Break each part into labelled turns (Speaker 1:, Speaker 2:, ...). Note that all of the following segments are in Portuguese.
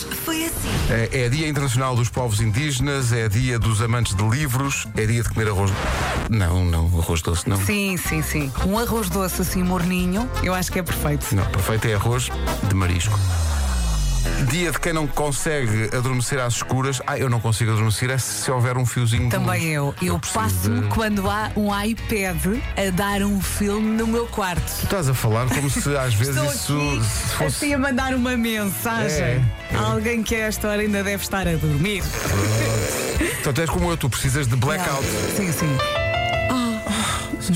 Speaker 1: assim.
Speaker 2: É, é Dia Internacional dos Povos Indígenas, é Dia dos Amantes de Livros, é Dia de comer arroz. Não, não, arroz doce não.
Speaker 3: Sim, sim, sim. Um arroz doce assim morninho, eu acho que é perfeito.
Speaker 2: Não, perfeito é arroz de marisco. Dia de quem não consegue adormecer às escuras. Ah, eu não consigo adormecer é se houver um fiozinho de
Speaker 3: Também
Speaker 2: luz.
Speaker 3: eu. Eu,
Speaker 2: preciso
Speaker 3: passo-me
Speaker 2: de-
Speaker 3: quando há um iPad a dar um filme no meu quarto.
Speaker 2: Estás a falar como se às vezes
Speaker 3: Estou
Speaker 2: isso
Speaker 3: aqui
Speaker 2: se
Speaker 3: assim
Speaker 2: fosse.
Speaker 3: a mandar uma mensagem.
Speaker 2: É, é.
Speaker 3: Alguém que a esta hora ainda deve estar a dormir.
Speaker 2: Então, tu és como eu, tu precisas de blackout.
Speaker 3: Não, Sim, sim. Ah,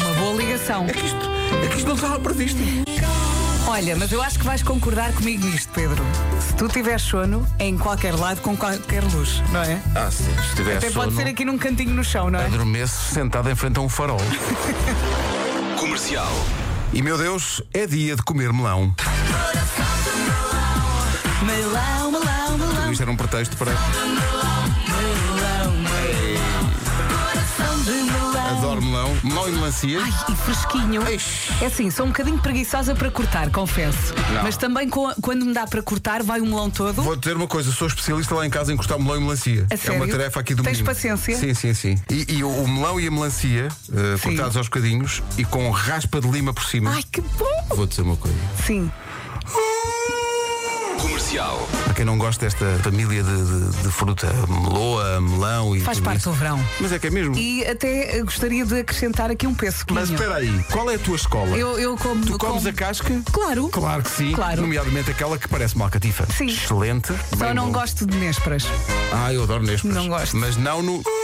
Speaker 3: uma boa ligação.
Speaker 2: É que isto, é que isto não estava previsto.
Speaker 3: Olha, mas eu acho que vais concordar comigo nisto, Pedro. Se tu tiveres sono, é em qualquer lado, com qualquer luz, não é?
Speaker 2: Ah, sim, se tiver
Speaker 3: Até
Speaker 2: sono,
Speaker 3: pode ser aqui num cantinho no chão, não é?
Speaker 2: adormeço sentado em frente a um farol.
Speaker 4: Comercial.
Speaker 2: E meu Deus, é dia de comer melão. Uhum.
Speaker 3: Melão, melão, melão,
Speaker 2: Isto era um pretexto para.
Speaker 3: melão, melão. de melão.
Speaker 2: Adoro melão, melão e melancia.
Speaker 3: Ai, e fresquinho.
Speaker 2: Eish.
Speaker 3: É assim, sou um bocadinho preguiçosa para cortar, confesso.
Speaker 2: Não.
Speaker 3: Mas também co- quando me dá para cortar, vai o melão todo.
Speaker 2: Vou dizer uma coisa, sou especialista lá em casa em cortar melão e melancia.
Speaker 3: A
Speaker 2: é
Speaker 3: sério?
Speaker 2: uma tarefa aqui do
Speaker 3: Tens
Speaker 2: menino.
Speaker 3: paciência?
Speaker 2: Sim, sim, sim. E, e o, o melão e a melancia, eh,
Speaker 3: Sim.
Speaker 2: cortados aos bocadinhos e com raspa de lima por cima.
Speaker 3: Ai, que bom!
Speaker 2: Vou dizer uma coisa.
Speaker 3: Sim.
Speaker 4: Comercial.
Speaker 2: Para quem não gosta desta família de, de- de fruta, meloa, melão e.
Speaker 3: Faz
Speaker 2: tudo
Speaker 3: parte
Speaker 2: isso.
Speaker 3: do verão.
Speaker 2: Mas é que é mesmo.
Speaker 3: E até eh, gostaria de acrescentar aqui um peço.
Speaker 2: Mas espera aí, qual é a tua escola?
Speaker 3: Eu, eu como.
Speaker 2: Tu comes
Speaker 3: como-
Speaker 2: a casca?
Speaker 3: Claro.
Speaker 2: Claro que sim.
Speaker 3: Claro.
Speaker 2: Nomeadamente aquela que parece uma alcatifa.
Speaker 3: Sim.
Speaker 2: Excelente.
Speaker 3: Só
Speaker 2: bem
Speaker 3: não
Speaker 2: bom.
Speaker 3: gosto de nésperas.
Speaker 2: Ah, eu adoro neste.
Speaker 3: Não gosto.
Speaker 2: Mas não no.
Speaker 3: Eu,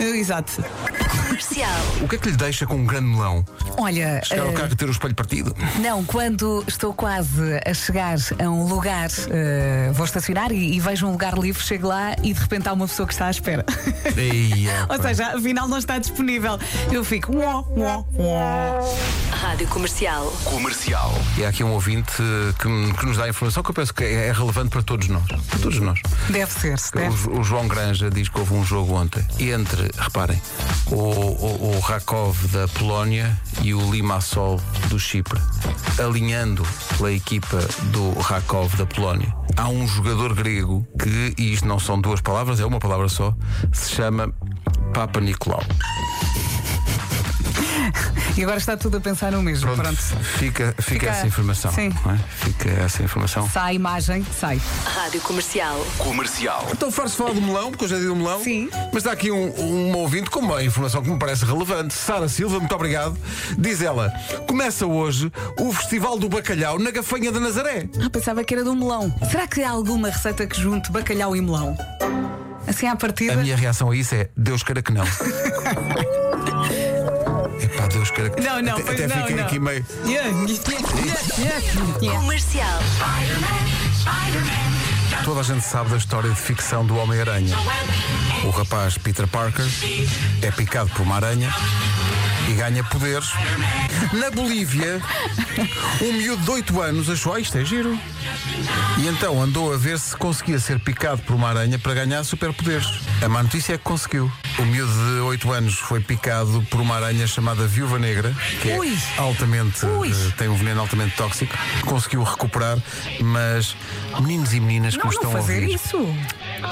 Speaker 3: Eh, Exato.
Speaker 2: O que é que lhe deixa com um grande melão?
Speaker 3: Olha,
Speaker 2: Chegar ao
Speaker 3: eh,
Speaker 2: carro e ter o espelho partido?
Speaker 3: não, quando estou quase a chegar a um lugar, eh, vou estacionar e, e vejo um lugar livre, chego lá e de repente há uma pessoa que está à espera.
Speaker 2: Eia,
Speaker 3: Ou
Speaker 2: pá.
Speaker 3: seja, afinal não está disponível. Eu fico. uó, uó, uó.
Speaker 1: Rádio Comercial.
Speaker 4: Comercial.
Speaker 2: E há aqui um ouvinte eh, que, me- que nos dá informação que eu penso que é relevante para todos nós. Para todos nós.
Speaker 3: Deve ser, deve ser.
Speaker 2: O, o João Granja diz que houve um jogo ontem entre, reparem, o, o, o Rakov da Polónia e o Limassol do Chipre. Alinhando pela equipa do Rakov da Polónia, há um jogador grego que, e isto não são duas palavras, é uma palavra só, se chama Papa Nicolau.
Speaker 3: E agora está tudo a pensar no mesmo. Pronto.
Speaker 2: Fica, fica,
Speaker 3: Fica-
Speaker 2: essa informação.
Speaker 3: sim.
Speaker 2: não é? Fica essa informação.
Speaker 3: Sai a imagem, sai.
Speaker 1: Rádio Comercial.
Speaker 4: Comercial.
Speaker 2: Então farse falar do melão, porque hoje é dia do melão.
Speaker 3: Sim.
Speaker 2: Mas está aqui um, um ouvinte com uma informação que me parece relevante. Sara Silva, muito obrigado. Diz ela: começa hoje o Festival do Bacalhau na Gafanha da Nazaré.
Speaker 3: Ah, pensava que era do melão. Será que há alguma receita que junte bacalhau e melão? Assim à partida.
Speaker 2: A minha reação a isso é: Deus queira que não. Epá, Deus queira que
Speaker 3: Não, não,
Speaker 2: Até,
Speaker 3: pois
Speaker 2: até
Speaker 3: não,
Speaker 2: fiquei
Speaker 3: não.
Speaker 2: aqui meio.
Speaker 3: Yeah, yeah, yeah, yeah, yeah.
Speaker 1: Comercial.
Speaker 2: Toda a gente sabe da história de ficção do Homem-Aranha. O rapaz Peter Parker é picado por uma aranha e ganha poderes. Na Bolívia, um miúdo de 8 anos achou, ah, isto é giro. E então andou a ver se conseguia ser picado por uma aranha para ganhar superpoderes. A má notícia é que conseguiu. O miúdo de 8 anos foi picado por uma aranha chamada Viúva Negra, que é
Speaker 3: Ui.
Speaker 2: altamente
Speaker 3: Ui.
Speaker 2: eh, tem um veneno altamente tóxico. Conseguiu recuperar, mas meninos e meninas que
Speaker 3: Não,
Speaker 2: me
Speaker 3: não
Speaker 2: estão a
Speaker 3: fazer
Speaker 2: ouvir,
Speaker 3: isso.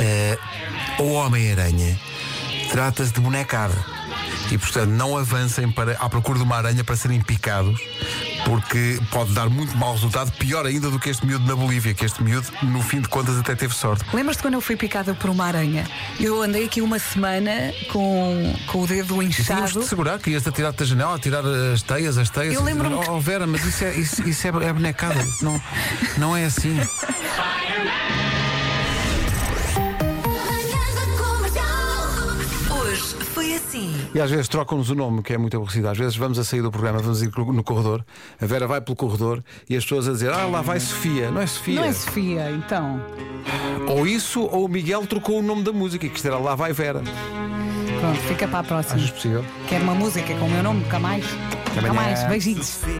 Speaker 2: eh, o Homem-Aranha trata-se de bonecada. E portanto não avancem para, à procura de uma aranha para serem picados, porque pode dar muito mau resultado, pior ainda do que este miúdo na Bolívia, que este miúdo, no fim de contas, até teve sorte.
Speaker 3: Lembras-te quando eu fui picada por uma aranha? Eu andei aqui uma semana com, com o dedo
Speaker 2: E tínhamos de
Speaker 3: inchado.
Speaker 2: te segurar que ias-te atirar da janela, atirar as teias, as teias.
Speaker 3: Eu lembro-me que-
Speaker 2: Oh, Vera, mas isso é, isso, isso é, é bonecada. não, não é assim.
Speaker 1: Hoje foi assim.
Speaker 2: E às vezes trocam-nos o nome, que é muito aborrecido. Às vezes vamos a sair do programa, vamos ir no corredor, a Vera vai pelo corredor e as pessoas a dizer: Ah, lá vai Sofia, não é Sofia.
Speaker 3: Não é Sofia, então.
Speaker 2: Ou isso, ou o Miguel trocou o nome da música, que isto era Lá vai Vera.
Speaker 3: Pronto, fica para a próxima.
Speaker 2: Achas possível?
Speaker 3: Quero uma música com o meu nome, nunca mais. Nunca
Speaker 2: amanhã.
Speaker 3: mais. Beijinhos.